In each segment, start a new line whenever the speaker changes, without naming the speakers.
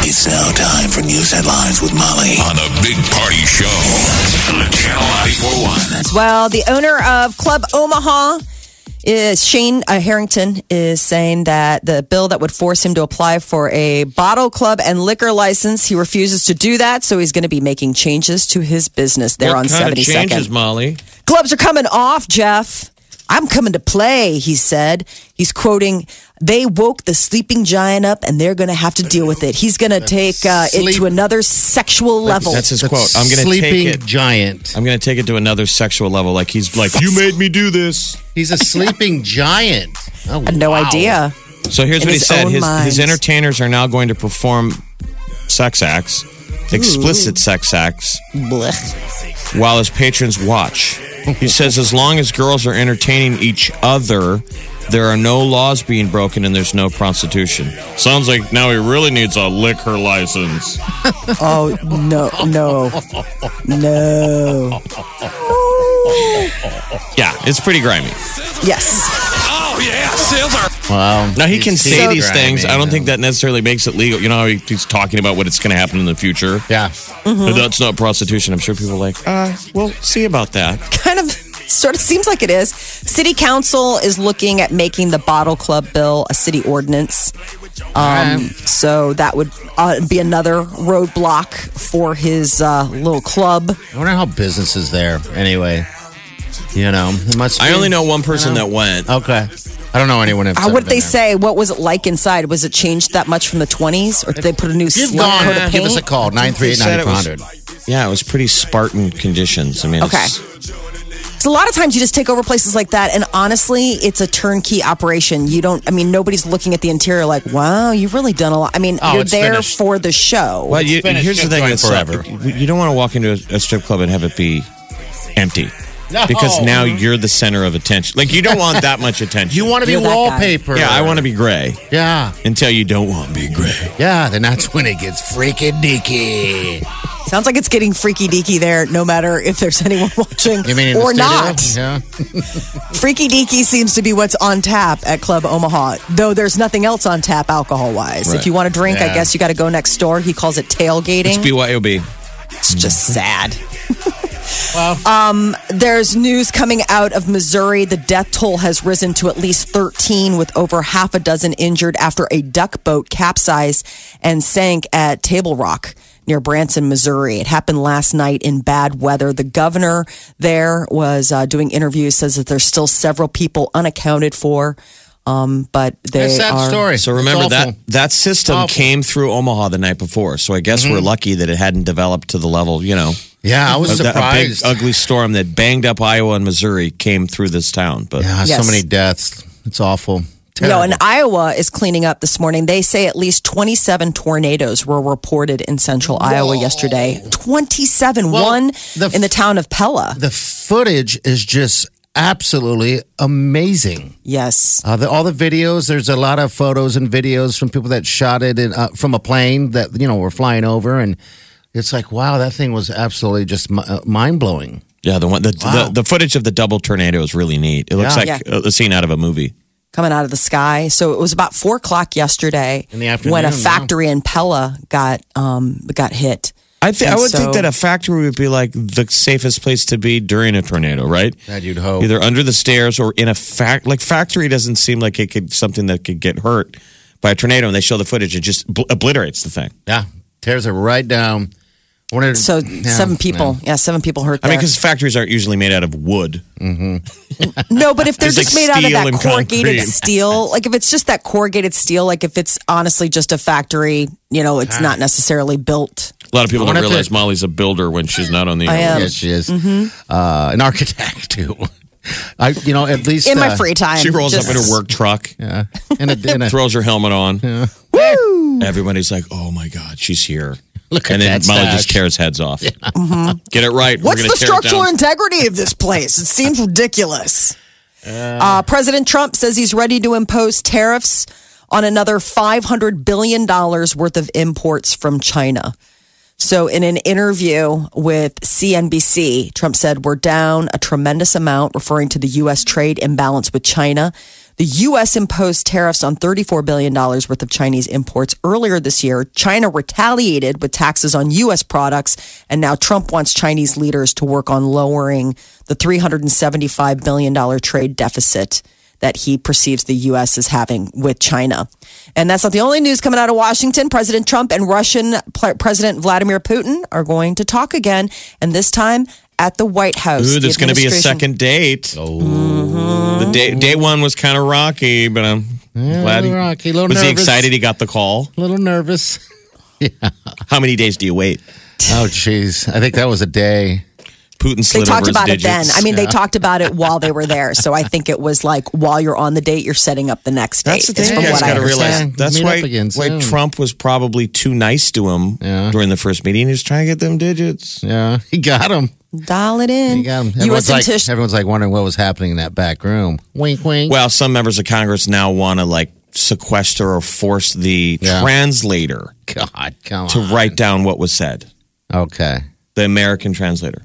It's now time for news headlines with Molly on the Big Party Show on Channel 941.
Well, the owner of Club Omaha is Shane uh, Harrington is saying that the bill that would force him to apply for a bottle club and liquor license, he refuses to do that, so he's going to be making changes to his business there
what
on
kind of
72nd.
changes, Molly?
Gloves are coming off, Jeff. I'm coming to play, he said. He's quoting, they woke the sleeping giant up and they're going to have to deal with it. He's going to take uh, it to
sleep-
another sexual level.
That's his quote. I'm going to
sleeping
take it.
giant.
I'm going to take it to another sexual level. Like he's like, you made me do this.
He's a sleeping giant. Oh,
I had no
wow.
idea.
So here's
In
what he
his
said:
own
his, his
mind.
entertainers are now going to perform sex acts, explicit sex acts,
Blech.
while his patrons watch. He says, as long as girls are entertaining each other, there are no laws being broken and there's no prostitution. Sounds like now he really needs a liquor license.
Oh, no, no, no.
Yeah, it's pretty grimy.
Yes.
Oh, yeah, Silver.
Wow.
Now he can
He's
say
so
these
grimy,
things. I don't
yeah.
think that necessarily makes it legal. You know how he, he's talking about what it's going to happen in the future.
Yeah.
But That's not prostitution. I'm sure people are like, uh, we'll see about that.
kind of sort of seems like it is. City Council is looking at making the bottle club bill a city ordinance. Um, so that would uh, be another roadblock for his uh, little club.
I wonder how business is there anyway. You know, it must.
I
be-
only know one person that went.
Okay. I don't know anyone. that's
Uh,
ever
what did
been
they
there.
say? What was it like inside? Was it changed that much from the 20s? Or did they put a new
Give,
slab coat
Ghana-
of
give us a
paint?
call,
said it was-
938
Yeah, it was pretty Spartan conditions. I mean,
Okay.
it's-
So a lot of times you just take over places like that, and honestly, it's a turnkey operation. You don't, I mean, nobody's looking at the interior like, wow, you've really done a lot. I mean,
Oh,
you're
it's
there
finished.
for the show.
Well, you,
been a
here's the
strip
thing
joint
that's uh,
forever.
you don't want to walk into a, a strip club and have it be empty.
No.
Because now you're the center of attention. Like you don't want that much attention.
You want to be
You're that guy.
wallpaper.
Yeah, I want to be gray
Yeah.
until you don't want me gray.
Yeah. Then that's when it gets freaking dicky.
Sounds like it's getting freaky deaky there, no matter if there's anyone watching
You mean in the
or
studio?
not.
Yeah.
Freaky deaky seems to be what's on tap at Club Omaha, though there's nothing else on tap alcohol wise.
Right.
If you want to drink, I
Yeah.
guess you got to go next door. He calls it
It's
tailgating.
BYOB.
It's just sad. um, there's news coming out of Missouri. The death toll has risen to at least 13, with over half a dozen injured after a duck boat capsized and sank at Table Rock near Branson, Missouri. It happened last night in bad weather. The governor there was uh, doing interviews, says that there's still several people unaccounted for. Um, but they
That's a sad
are
story.
So
It's
remember that
awful.
that system
Awful.
came through Omaha the night before. So I guess we're lucky that it hadn't developed to the level, you know.
Yeah, I was
of that- a big
surprised.
ugly storm that banged up Iowa and Missouri came through this town. But
yeah,
Yes.
Ah, so many deaths. It's awful.
No,
Terrible.
and Iowa is cleaning up this morning. They say at least 27 tornadoes were reported in central Iowa yesterday. 27,
Well,
one
the
in the town of Pella.
the footage is just absolutely amazing.
yes.
Uh, the, all the videos, there's a lot of photos and videos from people that shot it in, uh, from a plane that, you know, were flying over. And it's like, wow, that thing was absolutely just mi- uh, mind blowing.
yeah, the one the,
Wow.
the the footage of the double tornado is really neat. It looks
Yeah.
like a a scene out of a movie.
Coming out of the sky. So it was about four o'clock yesterday
In the afternoon,
when a
yeah.
factory in Pella got um, got hit.
I think I
And
would
so-
think that a factory would be like the safest place to be during a tornado, right?
That you'd hope.
Either under the stairs or in a fact like factory doesn't seem like it could something that could get hurt by a tornado. And they show the footage, it just bl- obliterates the thing.
Yeah, tears it right down. Wanted,
So
yeah,
seven people, yeah. seven people hurt.
I mean,
there.
because factories aren't usually made out of wood.
No, but if they're
It's
just
like
made out of
steel
that
and
corrugated
concrete.
steel, like if it's just that corrugated steel, like if it's honestly just a factory, you know, it's not necessarily built.
A lot of people don't
I wonder if
realize
it-
Molly's a builder when she's not on the.
I am.
Yeah, she is
Mm-hmm.
uh, an architect too. I, you know, at least
In my
uh,
free time,
She rolls
just-
up in her work truck,
in a, in a,
throws her helmet on.
Woo!
Everybody's like, "Oh my God, she's here!"
Look
and
at
then
that
Molly
stash.
just tears heads off. Get it right.
Mm-hmm. What's the
We're gonna tear
structural
it down.
integrity of this place? It seems ridiculous. Uh, President Trump says he's ready to impose tariffs on another $500 billion worth of imports from China. So, in an interview with CNBC, Trump said, We're down a tremendous amount, referring to the U.S. trade imbalance with China. The U.S. imposed tariffs on $34 billion worth of Chinese imports earlier this year. China retaliated with taxes on U.S. products, and now Trump wants Chinese leaders to work on lowering the $375 billion trade deficit that he perceives the U.S. is having with China. And that's not the only news coming out of Washington. President Trump and Russian pl- President Vladimir Putin are going to talk again, and this time at the White House.
Ooh,
The
there's going to be a
administration-
second date. Oh. The day, day one was kind of rocky, but I'm glad.
a little rocky, a little
was he
nervous.
excited he got the call?
A little nervous.
How many days do you wait?
Oh, jeez. I think that was a day.
Putin slid
They
over
talked
his
about it then.
digits.
I mean, they talked about it while they were there. So I think it was like while you're on the date, you're setting up the next date.
That's the thing
is
you
from
guys
what
got
I
to realize.
understand.
That's
Meet
why,
up again
why
soon.
Trump was probably too nice to him
Yeah.
during the first meeting. He was trying to get them digits.
Yeah, he got him.
Dial it in.
He got him.
U.S.
Everyone's like,
intis-
everyone's like wondering what was happening in that back room. Wink, wink.
Well, some members of Congress now want to like sequester or force the
Yeah.
translator
God, come
to
on.
write down what was said.
Okay.
The American translator.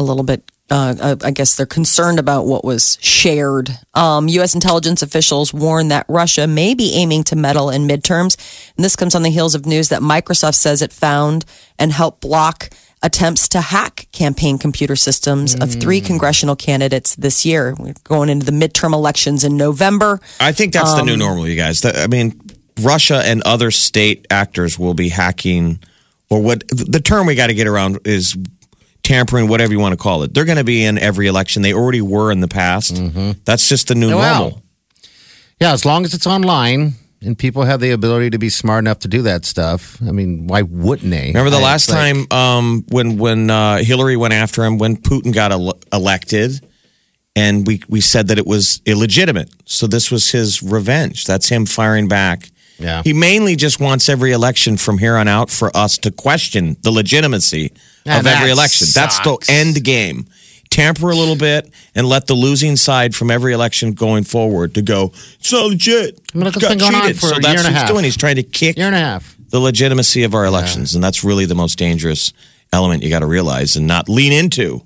a little bit. Uh, uh, I guess they're concerned about what was shared. Um, U.S. intelligence officials warn that Russia may be aiming to meddle in midterms. And this comes on the heels of news that Microsoft says it found and helped block attempts to hack campaign computer systems of three congressional candidates this year. We're going into the midterm elections in November.
I think that's the new normal, you guys. That- I mean, Russia and other state actors will be hacking, or what the term we got to get around is tampering, whatever you want to call it. They're going to be in every election. They already were in the past. That's just the new
Oh, wow.
normal.
Yeah, as long as it's online and people have the ability to be smart enough to do that stuff, I mean, why wouldn't they?
Remember the
I-
last
it's like-
time um, when when uh, Hillary went after him when Putin got el- elected, and we we said that it was illegitimate. So this was his revenge. That's him firing back.
Yeah.
He mainly just wants every election from here on out for us to question the legitimacy
Yeah,
of every
that
election. That's the
sucks.
end game. Tamper a little bit and let the losing side from every election going forward to go. It's not legit.
I mean, look, it's
Got
been going on
cheated."
for
so
a
that's
year and a
what he's
half.
doing. He's trying to kick
Year and a half.
the legitimacy of our elections. And that's really the most dangerous element you got to realize and not lean into.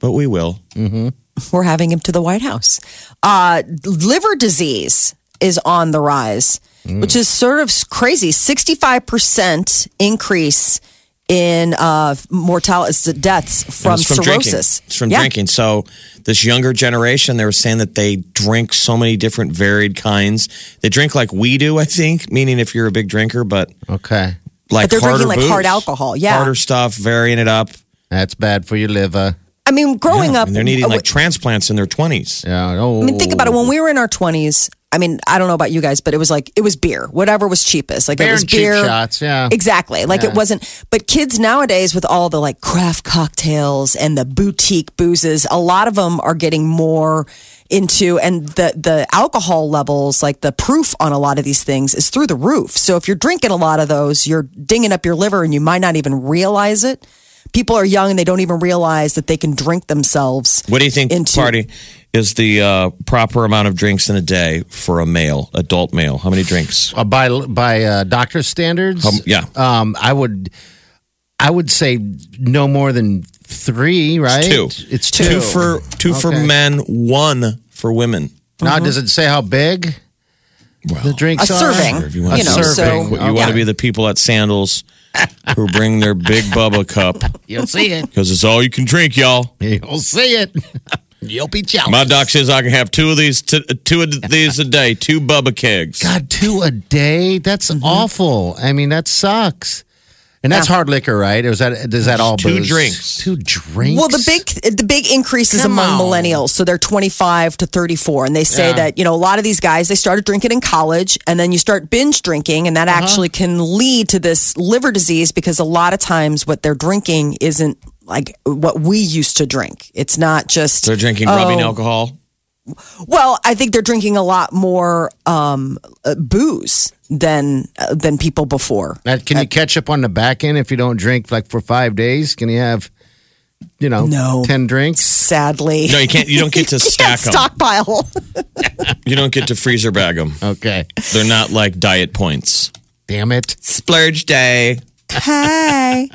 But we will.
we're having him to the White House. Uh, liver disease is on the rise,
Mm.
which is sort of crazy. 65% increase in uh, mortality deaths
And
from,
it's from
cirrhosis.
drinking. It's from
Yeah.
drinking. So this younger generation, they were saying that they drink so many different varied kinds. They drink like we do, I think, meaning if you're a big drinker, but
Okay.
like
But they're
harder
drinking like
booze,
hard alcohol. Yeah.
harder stuff, varying it up.
That's bad for your liver.
I mean, growing up,
and they're needing
uh,
like transplants in their twenties.
Yeah. Oh.
I mean, think about it. When we were in our 20s, I mean, I don't know about you guys, but it was like, it was beer, whatever was cheapest. Like, it
Beer
was
and cheap
beer.
shots, yeah.
Exactly. Like, it wasn't, but kids nowadays with all the like craft cocktails and the boutique boozes, a lot of them are getting more into and the the alcohol levels like the proof on a lot of these things is through the roof so if you're drinking a lot of those you're dinging up your liver and you might not even realize it people are young and they don't even realize that they can drink themselves
What do you think,
Into-
party, is the uh, proper amount of drinks in a day for a male, adult male? How many drinks?
Uh, by by uh, doctor standards.
Um, yeah.
Um, I would, I would say no more than three. Right.
Two.
It's two.
two, for two for
Okay.
men, one for women.
Now, does it say how big the drinks
A
are?
serving.
If you want,
You
to,
know,
serving.
you
so-
want
Yeah.
to be the people at Sandals who bring their big bubba cup
You'll see it.
because it's all you can drink, y'all.
You'll see it. You'll be challenged.
My doc says I can have two of these, t- two of these a day, two bubba kegs.
God, two a day. That's
Mm-hmm.
awful. I mean, that sucks. And that's hard liquor, right? Or is that does that all
Two
booze?
drinks.
Two drinks.
Well, the big the big increase is
Come
among
on.
millennials, so they're 25 to 34, and they say
Yeah.
that you know a lot of these guys they started drinking in college, and then you start binge drinking, and that
Uh-huh.
actually can lead to this liver disease because a lot of times what they're drinking isn't like what we used to drink. It's not just
They're drinking rubbing
oh,
alcohol.
Well, I think they're drinking a lot more um, uh, booze than uh, than people before.
That, can you catch up on the back end if you don't drink like for five days? Can you have, you know,
No.
ten drinks?
Sadly,
No, you can't. You don't get to
You can't
stack them.
stockpile.
You don't get to freezer bag them.
Okay,
They're not like diet points.
damn it.
Splurge day.
Hi.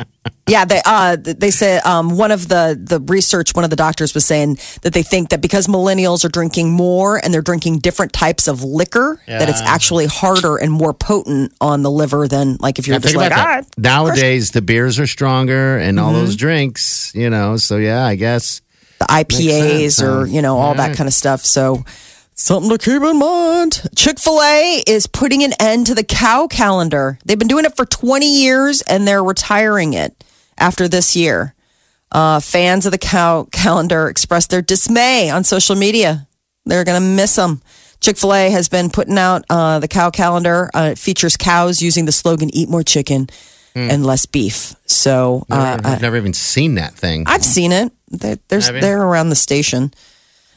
Yeah, they uh, they said um, one of the the research, one of the doctors was saying that they think that because millennials are drinking more and they're drinking different types of liquor, that it's actually harder and more potent on the liver than like if you're
Yeah,
just
think
like
about
ah, Mm-hmm.
that. Nowadays, the beers are stronger and all those drinks, you know. So yeah, I guess
the IPAs
sense,
or
huh? Mm.
you know all that kind of stuff. So something to keep in mind. Chick Fil A is putting an end to the cow calendar. They've been doing it for 20 years and they're retiring it after this year. Uh, fans of the cow calendar expressed their dismay on social media. They're going to miss them. Chick fil A has been putting out uh, the cow calendar. Uh, it features cows using the slogan, eat more chicken and less beef. So uh,
I've Mm. never even seen that thing.
I've seen it. They, there's
Have you?
they're around the station.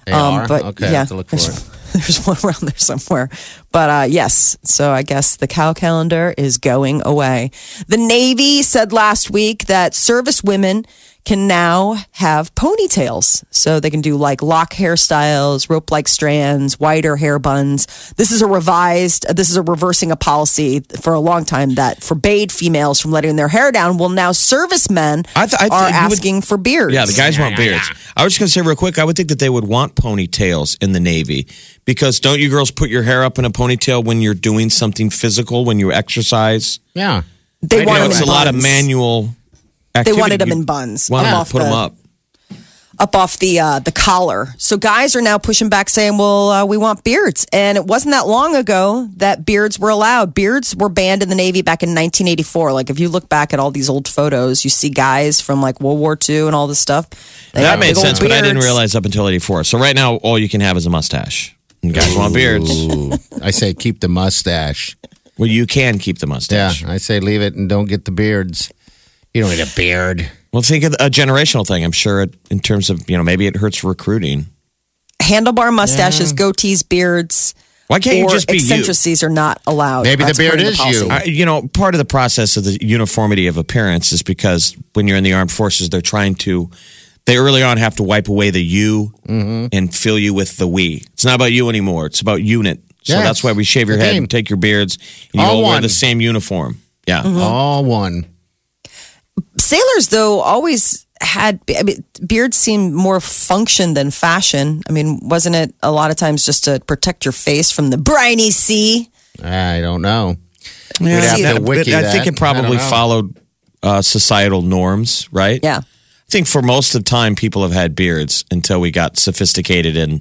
They are?
um, But
okay, I
yeah,
have to look for
there's,
it.
there's one around there somewhere. But uh, yes, so I guess the cow calendar is going away. The Navy said last week that service women can now have ponytails, so they can do like lock hairstyles, rope-like strands, wider hair buns. This is a revised. This is a reversing a policy for a long time that forbade females from letting their hair down. Well, now servicemen
I th- I
are
think you would-
asking for beards.
Yeah, the guys want beards. I was just gonna say real quick. I would think that they would want ponytails in the Navy because don't you girls put your hair up in a ponytail when you're doing something physical when you exercise?
Yeah,
They
I
You
know
want
know,
them
it's
in
a lot of
buns.
manual.
They
Activity.
wanted them
You
in buns.
Want
Up
them
off
to put them
the-
up.
up off the uh, the collar. So guys are now pushing back, saying, "Well, uh, we want beards." And it wasn't that long ago that beards were allowed. Beards were banned in the Navy back in 1984. Like if you look back at all these old photos, you see guys from like World War II and all this stuff. They
That
had
made
big old
sense, but I didn't
beards.
realize up until '84. So right now, all you can have is a mustache. You guys want beards?
Ooh. I say keep the mustache.
Well, you can keep the
Yeah,
mustache.
I say leave it and don't get the beards. You don't need a beard.
Well, think of a generational thing. I'm sure it, in terms of you know maybe it hurts recruiting.
handlebar mustaches, goatees, beards.
Why can't you
or
just be you?
eccentricities are not allowed.
Maybe the
That's according
beard
to
is
policy.
you.
I, you know, part of the process of the uniformity of appearance is because when you're in the armed forces, they're trying to, they early on have to wipe away the you
Mm-hmm.
and fill you with the we. It's not about you anymore. It's about unit. So
Yes.
that's why we shave your
The
head
game.
and take your beards. And you
All
all wear
one.
the same uniform. Yeah.
Mm-hmm.
All one.
sailors though always had I mean, beards seemed more function than fashion i mean wasn't it a lot of times just to protect your face from the briny sea
I don't know. We'd
Yeah.
have
Yeah,
to
But
wiki
I think
that.
it probably
I don't know.
followed uh, societal norms, right?
yeah
I think for most of the time, people have had beards until we got sophisticated in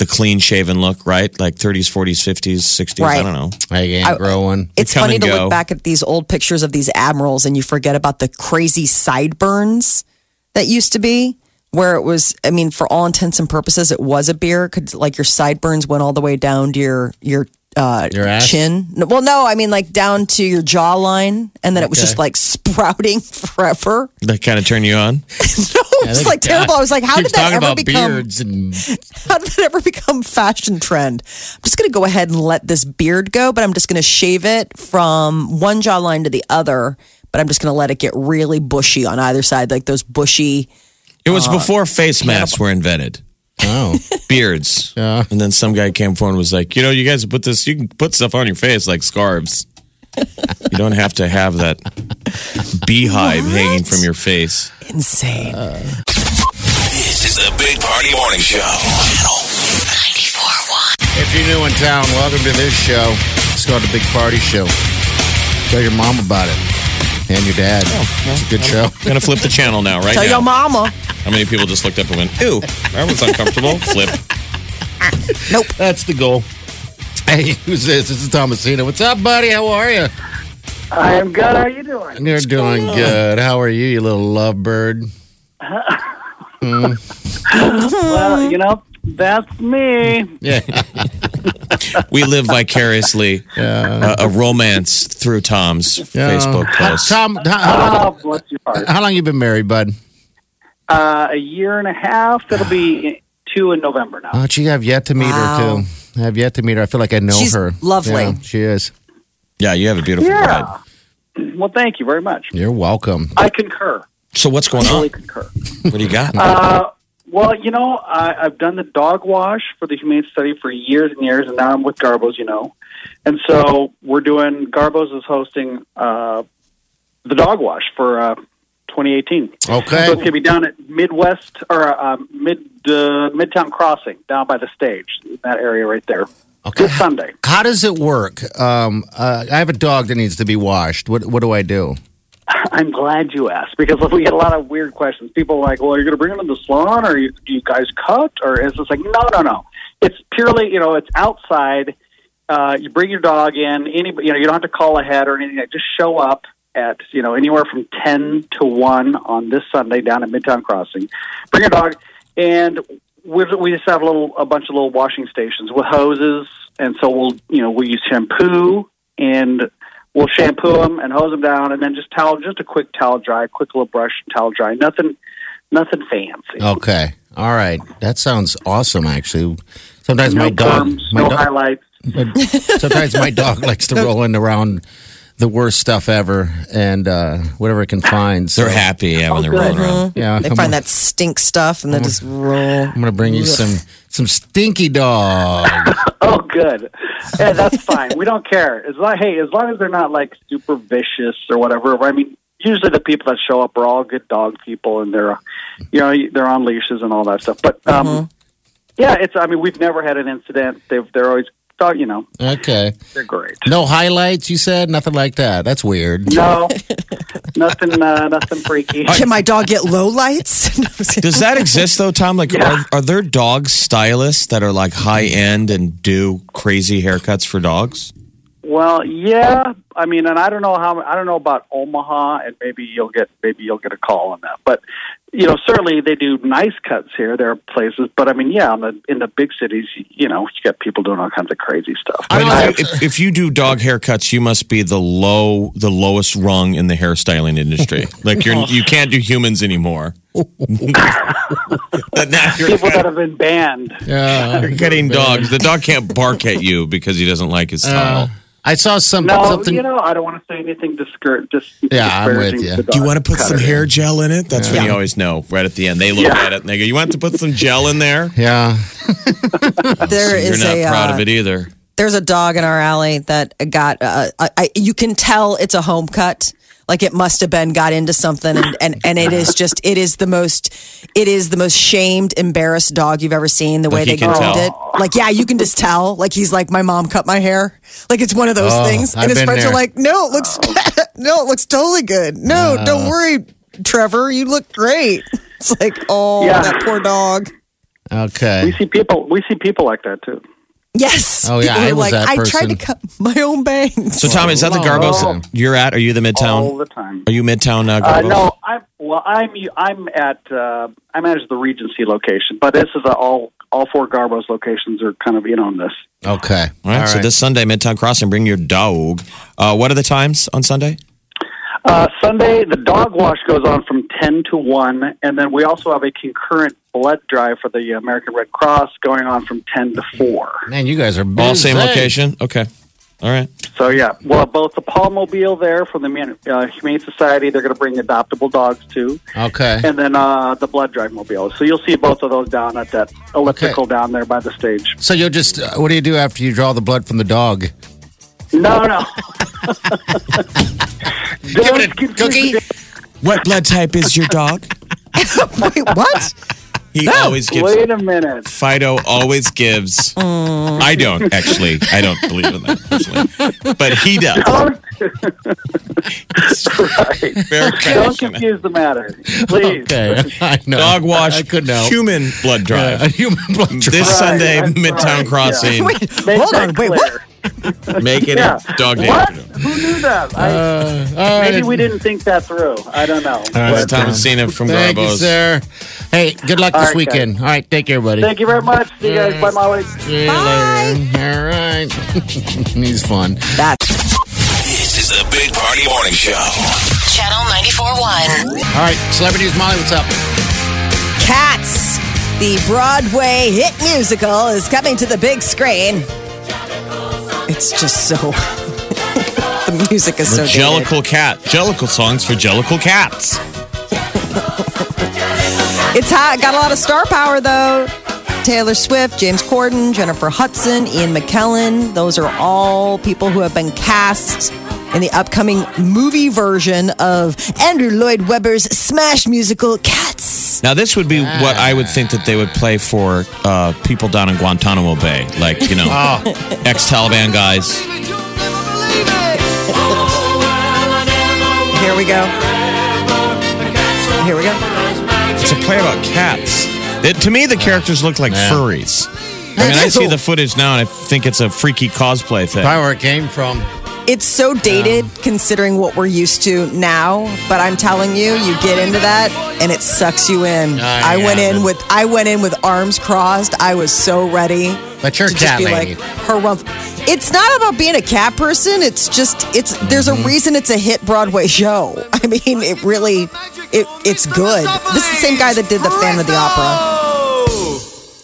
the clean shaven look, right? Like 30s, 40s, 50s, 60s. I
Right.
don't know.
I can't grow one.
it's
come
funny
and
to
go.
look back at these old pictures of these admirals and you forget about the crazy sideburns that used to be where it was i mean for all intents and purposes it was a beard could like your sideburns went all the way down to your your uh
Your ass?
chin No, well no i mean like down to your jawline and then it was just like sprouting forever
That kind of turn you on?
it was like terrible. I was like, how
Keeps
did that
talking
ever
about
become?
beards and
How did that ever become fashion trend? I'm just gonna go ahead and let this beard go, but I'm just gonna shave it from one jawline to the other. But I'm just gonna let it get really bushy on either side, like those bushy.
It
Uh,
was before face masks were invented.
oh,
Beards.
Yeah.
And then some guy came forward and was like, you know, you guys put this, you can put stuff on your face like scarves. you don't have to have that beehive hanging from your face.
Insane.
This is the Big Party Morning Show. Channel 94.1.
if you're new in town, welcome to this show. It's called the Big Party Show. Tell your mom about it and your dad.
Oh,
it's a good show.
Gonna flip the channel now, right
Tell
now.
your mama.
How many people just looked up and went, ew, that was uncomfortable. flip.
That's the goal. Hey, who's this? This is Thomasina. What's up, buddy? How are you?
I am good. How you doing?
You're doing good. How are you, you little lovebird?
Well, you know, that's me.
Yeah.
We live vicariously uh, a romance through Tom's
Yeah.
Facebook post.
Tom, how, how, long,
Oh, bless your heart.
how long you been married, bud?
Uh, a year and a half. That'll be two in November now.
Oh, gee, I've yet to meet
Wow.
her too. I've yet to meet her. I feel like I know
She's
her.
lovely.
Yeah, she is.
Yeah, you have a beautiful
Yeah.
bride.
Well, thank you very much.
You're welcome.
I concur.
So what's going
I really
on?
concur.
What do you got?
Well, you know, I, I've done the dog wash for the Humane Study for years and years, and now I'm with Garbo's, you know. And so we're doing, Garbo's is hosting uh, the dog wash for uh, 2018. So it's
Okay.
going to be down at Midwest or uh, mid uh, Midtown Crossing, down by the stage, that area right there.
Okay.
This Sunday.
How does it work? Um, uh, I have a dog that needs to be washed. What What do I do?
I'm glad you asked because we get a lot of weird questions. People are like, "Well, you're going to bring them to the salon, or you, do you guys cut?" Or it's just like, "No, no, no. It's purely, you know, it's outside. Uh, you bring your dog in. Anybody, you know, you don't have to call ahead or anything. Just show up at you know anywhere from ten to one on this Sunday down at Midtown Crossing. Bring your dog, and we we just have a little a bunch of little washing stations with hoses, and so we'll you know we use shampoo and we'll shampoo them and hose them down, and then just towel, just a quick towel dry, quick little brush towel dry. Nothing, nothing fancy.
Okay. All right. That sounds awesome. Actually, sometimes
no
my dog,
perms,
my
no
dog,
highlights.
sometimes my dog likes to roll in around the worst stuff ever and uh, whatever it can find. So,
They're happy yeah, when they're rolling around.
yeah,
They find
I'm gonna-
that stink stuff and then just roll.
I'm gonna bring you some some stinky dog.
Oh, good. Yeah, that's fine. We don't care. As long, hey, as long as they're not like super vicious or whatever. I mean, usually the people that show up are all good dog people, and they're, you know, they're on leashes and all that stuff. But um, yeah, it's. I mean, we've never had an incident. They've, they're always thought, you know,
Okay.
they're great.
No highlights. You said nothing like that. That's weird.
No, nothing, uh, nothing freaky.
Can my dog get low lights? No, I'm just kidding.
Does that exist though, Tom? Like,
Yeah.
are, are there dog stylists that are like high end and do crazy haircuts for dogs?
Well, yeah. I mean, and I don't know how I don't know about Omaha, and maybe you'll get maybe you'll get a call on that. But you know, certainly they do nice cuts here. There are places, but I mean, yeah, in the in the big cities, you know, you got people doing all kinds of crazy stuff.
I mean, if, if, if you do dog haircuts, you must be the low, the lowest rung in the hairstyling industry. Like you're, you can't do humans anymore. But now you're
people that have been banned.
Yeah.
You're getting dogs. The dog can't bark at you because he doesn't like his style.
Uh, I saw some
No,
something.
you know, I don't want to say anything discour- dis-
Yeah, I'm with
discouraging.
you.
the
do you
dog
want to put some
cutter.
hair gel in it? That's when you always know right at the end. They look
Yeah.
at it and they go, You want to put some gel in there?
yeah.
There
You're
is
not
a
proud
uh,
of it either.
there's a dog in our alley that got uh, I, I, you can tell it's a home cut like it must have been got into something and, and and it is just it is the most it is the most shamed embarrassed dog you've ever seen the way
Like
they
he can
groomed
tell.
it like yeah you can just tell like he's like my mom cut my hair like it's one of those
Oh,
things and
I've
his
been
friends
there.
are like no it looks no it looks totally good no don't worry Trevor you look great it's like oh
Yeah.
that poor dog
Okay.
We see people. We see people like that too.
yes
Oh, yeah,
People
I
are
was
like
that
I tried to cut
person.
my own bangs
So, Tom, is that the Garbo you're at? Are you the
All
Midtown?
the time.
Are you Midtown uh,
Oh. Uh,
Garbo?
no, I'm well. I'm I'm at uh, I manage the Regency location, but this is a, all all four Garbo's locations are kind of in on this.
Okay.
All right, So this Sunday, Midtown Crossing, bring your dog. Uh, what are the times on Sunday?
Uh, Sunday, the dog wash goes on from ten to one, and then we also have a concurrent blood drive for the American Red Cross going on from ten to four.
Man, you guys are busy.
All same location. Okay. All right.
So yeah, well, both the Palmobile there from the Man- uh, Humane Society, they're going to bring adoptable dogs too,
Okay.
and then uh, the blood drive mobile. So you'll see both of those down at that elliptical down there by the stage.
So you'll just uh, what do you do after you draw the blood from the dog?
No, no. Give
it a cookie.
What blood type is your dog?
wait what
He always gives.
Wait a minute.
Fido always gives. I don't actually. I don't believe in that personally, but he does.
Don't,
Very
don't
passionate.
confuse the matter, please.
Okay. I know.
Dog wash.
I could know. Uh,
Human blood drive.
A human blood
This
drive.
Sunday,
I'm
Midtown
sorry.
Crossing.
Make
Hold
that
on, wait, what?
clear.
Make it
Yeah.
a dog day
What?
afternoon.
Who knew that? I,
Uh, All right.
maybe we didn't think that through. I don't know.
That's
But,
Tom Messina from
Thank you,
Garbo's.
sir. Hey, good luck
All
this
right,
weekend. All right, take care, buddy.
thank you very much. See you guys. Bye, Molly.
See you later. All right. He's fun.
that's
This is the Big Party Morning Show.
Channel 94.1.
All right, celebrities, Molly, what's up?
Cats The Broadway hit musical is coming to the big screen. It's just so. the music is so. dated.
Jellicle Cat. Jellicle songs for Jellicle Cats.
It's hot. Got a lot of star power though. Taylor Swift, James Corden, Jennifer Hudson, Ian McKellen. Those are all people who have been cast in the upcoming movie version of Andrew Lloyd Webber's smash musical Cats.
Now, this would be what I would think that they would play for uh, people down in Guantanamo Bay, like, you know, ex Taliban guys.
Here we go. Here we go.
It's a play about cats. It, to me, the characters look like
Yeah.
furries. I mean, I see the footage now and I think it's a freaky cosplay thing.
Probably where it came from.
It's so dated considering what we're used to now, but I'm telling you, you get into that and it sucks you in.
Oh, yeah,
I went in
but-
with I went in with arms crossed. I was so ready.
But you're
to
a
just
cat
be
lady.
like her rump. It's not about being a cat person. It's just it's there's
Mm-hmm.
a reason it's a hit Broadway show. I mean, it really it it's good. This is the same guy that did the Phantom of the Opera.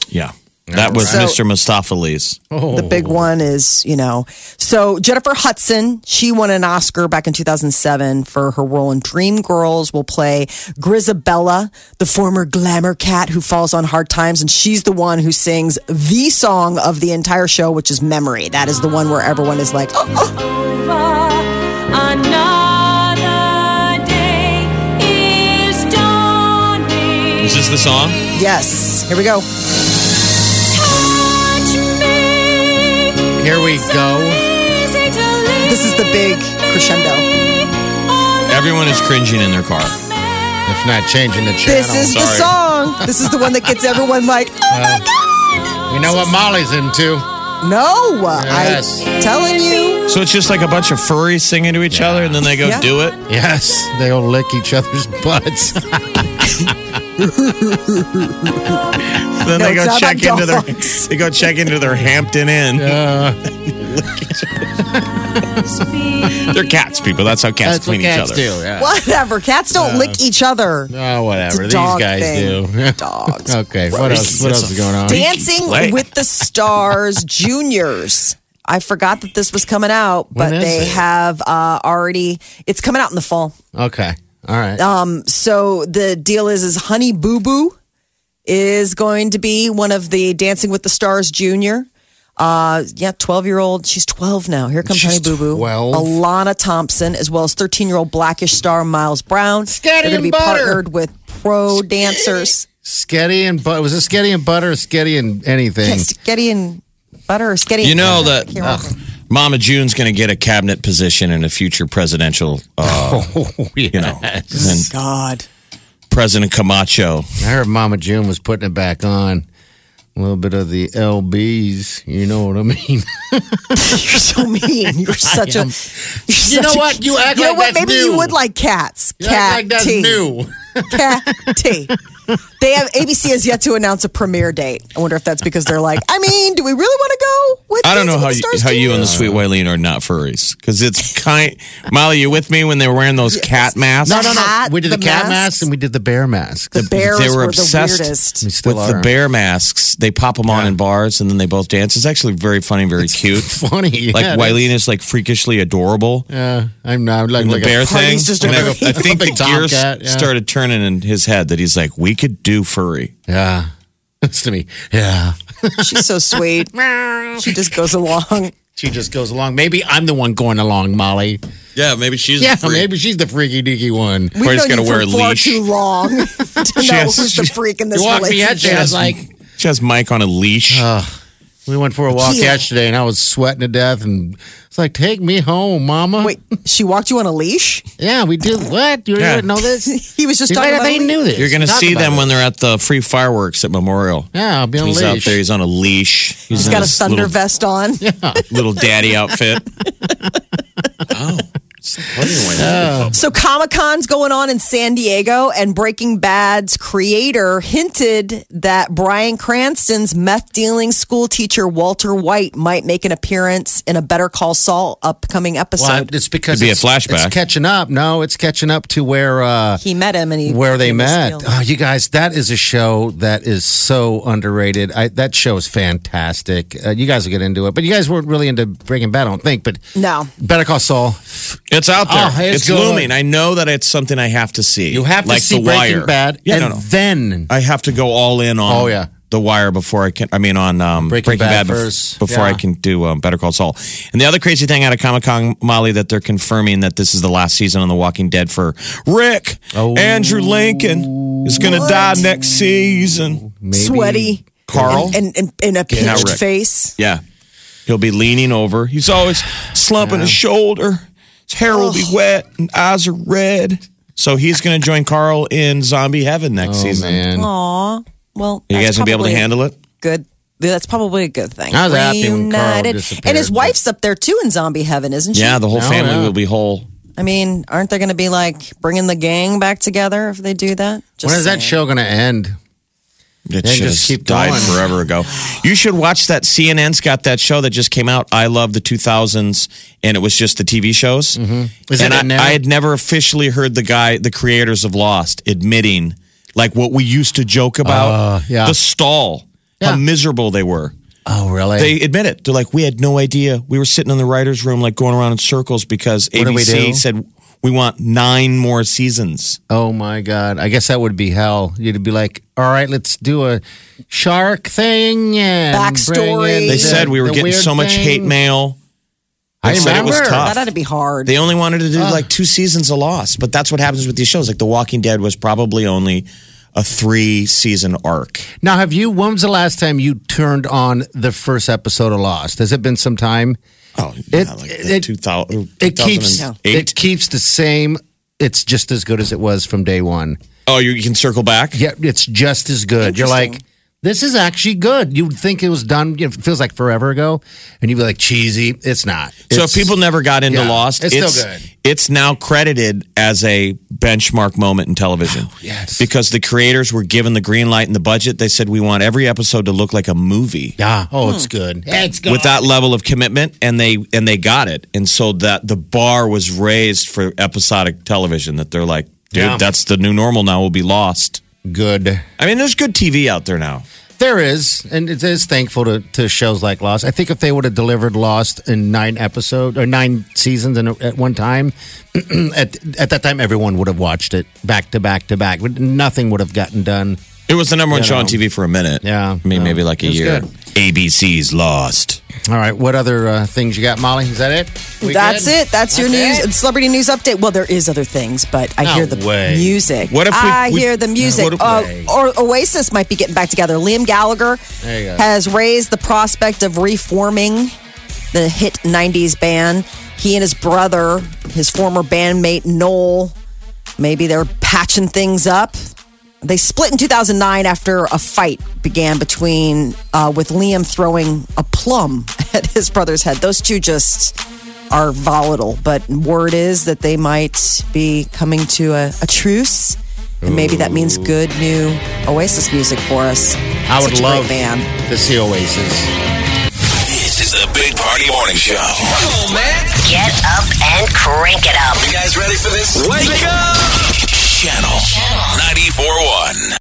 Yeah. That was
So-
Mr. Mustafali's.
Oh,
The big one is, you know. So Jennifer Hudson, she won an Oscar back in 2007 for her role in Dreamgirls. Will play Grisabella, the former glamour cat who falls on hard times, and she's the one who sings the song of the entire show, which is "Memory." That is the one where everyone is like, "Oh, oh,
Is this the song?
oh, yes." Here we go.
Here we go.
This is the big crescendo.
Everyone is cringing in their car.
If not changing the channel.
This is the
sorry.
song. This is the one that gets everyone like, "Oh my god!"
you know what Molly's into.
No,
Yes.
I'm telling you.
So it's just like a bunch of furries singing to each other and then they go
Yeah.
do it.
Yes, they'll lick each other's butts.
Then
No,
they
it's
go
not
check
about
into their
dogs.
they go check into their Hampton Inn. They're cats, people. That's how cats
what
clean each
cats
other.
do. Yeah.
Whatever. Cats don't lick each other.
Oh,
It's a
whatever. These
dog
guys
thing.
do.
Dogs.
okay, what else? What
It's
else
a
is going on?
Dancing
play.
with the Stars Juniors. I forgot that this was coming out, but
When is
they
it?
have uh, already. It's coming out in the fall.
Okay, all right.
So the deal is, is Honey Boo Boo is going to be one of the Dancing with the Stars Junior. Uh, yeah, twelve year old. She's twelve now. Here comes
She's
Honey Boo Boo.
12?
Alana Thompson, as well as thirteen year old Blackish star Miles Brown.
Scotty
They're going to
and
be
butter.
partnered with pro dancers.
Sketty and butter. Was it Sketty and butter or Sketty and anything?
Sketty and butter or Sketty.
You
and
know
butter? I
that uh,
can't remember.
Mama June's going to get a cabinet position in a future presidential, uh,
Oh,
you know, and
God.
President Camacho.
I heard Mama June was putting it back on. A little bit of the LBs. You know what I mean?
You're so mean. You're such a. You're
You know
such a-
what? You act
you know
like
what?
that's
Maybe you
new.
would like cats.
You
Cat
act like that's
tea.
new.
Cat tea. They have ABC has yet to announce a premiere date. I wonder if that's because they're like, I mean, do we really want to go? With
I don't
Dancing
know
with
how
the
you,
Stars
how you
Junior?
and the Sweet Wileen are not furries because it's kind. Molly, you with me when they were wearing those cat masks?
No, no, no. Hat,
we did the,
the
cat
masks.
mask and we did the bear mask.
the bears
they were,
the
obsessed
weirdest.
We still
with the
are.
bear masks. They pop them on in bars and then they both dance. It's actually very funny, very cute.
funny.
Like
yeah, it
Wileen is like freakishly adorable.
Yeah, I'm not I'm like,
And the
like
bear
a,
thing.
Party's just a
and I,
furry.
I think the
Big
gears
tomcat, yeah.
started turning in his head that he's like, we could do furry.
Yeah, that's to me. Yeah,
She's so sweet. she just goes along.
she just goes along. Maybe I'm the one going along, Molly.
Yeah, maybe she's
Yeah, maybe she's the freaky deaky one.
We've
Corey's
known
gotta
you
wear
for
a
far
leash.
too long to know
has-
who's the freak in this
You walked me
relationship.
yesterday. I was like,
She has Mike on a leash.
we went for a walk
Kia.
yesterday, and I was sweating to death, and it's like, take me home, Mama.
Wait, she walked you on a leash?
yeah, we did what? You
Yeah.
didn't know this?
He was just
You
talking
bet
about
they
a leash.
knew this.
You're going to
Talk
see
about
them
it.
when they're at the free fireworks at Memorial.
Yeah, I'll be on
He's
a
out
leash.
there. He's on a leash. He's
He's
in
got a
his
thunder
little,
vest on.
little daddy outfit. oh,
So Comic Con's going on in San Diego, and Breaking Bad's creator hinted that Brian Cranston's meth dealing school teacher Walter White might make an appearance in a Better Call Saul upcoming
Well,
episode.
it's because
Could be a
it's,
flashback.
It's catching up. No, it's catching up to where uh,
he met him, and he
where they
he was
met.
feeling-
Oh, you guys, that is a show that is so underrated. I, that show is fantastic. Uh, you guys will get into it, but you guys weren't really into Breaking Bad, I don't think. But
No.
Better Call Saul.
It's out there.
Oh, it's
it's
good.
looming. I know that it's something I have to see.
You have to
like
see
the
Breaking
wire.
Bad,
Yeah,
and
no, no.
then
I have to go all in on.
Oh, yeah.
The Wire before I can. I mean, on um,
Breaking
Breaking,
Bad
Bad, bef-
first.
before I
Yeah.
can do um, Better Call Saul. And the other crazy thing out of Comic Con Molly that they're confirming that this is the last season on The Walking Dead for Rick
Oh.
Andrew Lincoln is going to die next season.
sweaty,
Carl.
and and, and a
now
pinched
Rick.
face.
Yeah. He'll be leaning over. He's always slumping his shoulder. His hair will be wet and eyes are red. So he's going to join Carl in zombie heaven next season.
Oh, man.
Aw, well,
Are you guys
that's
going to be able to
probably
handle it?
Good. That's probably a good thing.
I was happy when Carl disappeared.
and his wife's up there too in zombie heaven, isn't she?
Yeah, the whole
No,
family
yeah.
will be whole.
I mean, aren't they going to be like bringing the gang back together if they do that? Just
When is
saying.
that show going to end?
It
They
should
just
have
keep
died
going.
forever ago. You should watch that. CNN's got that show that just came out. I love the 2000s, and it was just the TV shows. Mm-hmm.
Is
and
it
I,
in there?
I had never officially heard the guy, the creators of Lost, admitting like what we used to joke about
Uh, yeah.
the stall,
Yeah.
how miserable they were.
Oh, really?
They admit it. They're like, we had no idea. We were sitting in the writers' room, like going around in circles because
do we
ABC
do?
said we want nine more seasons.
oh my God! I guess that would be hell. You'd be like, "All right, let's do a shark thing." And
Backstory.
bring in
They
the-
said we were
the
getting
weird
so much
thing."
hate mail. They
I
said it was
remember.
tough.
That had to be hard.
They only wanted to do
Ah.
like two seasons of Lost, but that's what happens with these shows. Like The Walking Dead was probably only a three season arc.
Now, have you? When was the last time you turned on the first episode of Lost? Has it been some time?
Oh,
It-
yeah, like
it-
2000,
It keeps
2008.
it keeps the same. It's just as good as it was from day one.
oh, you, you can circle back.
Yeah, it's just as good. You're like, this is actually good. You would think it was done. you know, It feels like forever ago, and you'd be like, cheesy. It's not.
So
It's-
if people never got into
yeah,
Lost,
it's still good.
It's now credited as a benchmark moment in television.
Oh, yes.
Because the creators were given the green light and the budget. They said, we want every episode to look like a movie.
yeah, oh, it's
Hmm.
good. It's good.
with that level of commitment and they and they got it and so that the bar was raised for episodic television that they're like dude
Yeah.
that's the new normal now we'll be lost
good.
i mean there's good tv out there now
There is, and it is thankful to, to shows like Lost. I think if they would have delivered Lost in nine episodes or nine seasons in, at one time, at at that time everyone would have watched it back to back to back. But Nothing would have gotten done.
it was the number one
You
show on
know.
tv for a minute
Yeah,
i mean
no,
maybe like a
it was
year
good.
abc's lost
All right, what other uh, things you got, Molly? Is that it? We
That's
good?
it. That's your
That's
news.
it?
It's celebrity news update. Well, there is other things, but I
No
hear the
way.
music.
What if we-
I
we-
hear the music?
What if-
Uh, or Oasis might be getting back together. Liam Gallagher
There you go.
has raised the prospect of reforming the hit '90s band. He and his brother, his former bandmate Noel, maybe they're patching things up. They split in 2009 after a fight began between uh, with Liam throwing a plum at his brother's head. Those two just are volatile, but word is that they might be coming to a, a truce, and maybe that means good new Oasis music for us.
I would
Such a great
love
band.
to see Oasis.
This is the Big Party Morning Show. Come on, man.
Get up and crank it up.
You guys ready for this? Wake, up! Channel 94.1.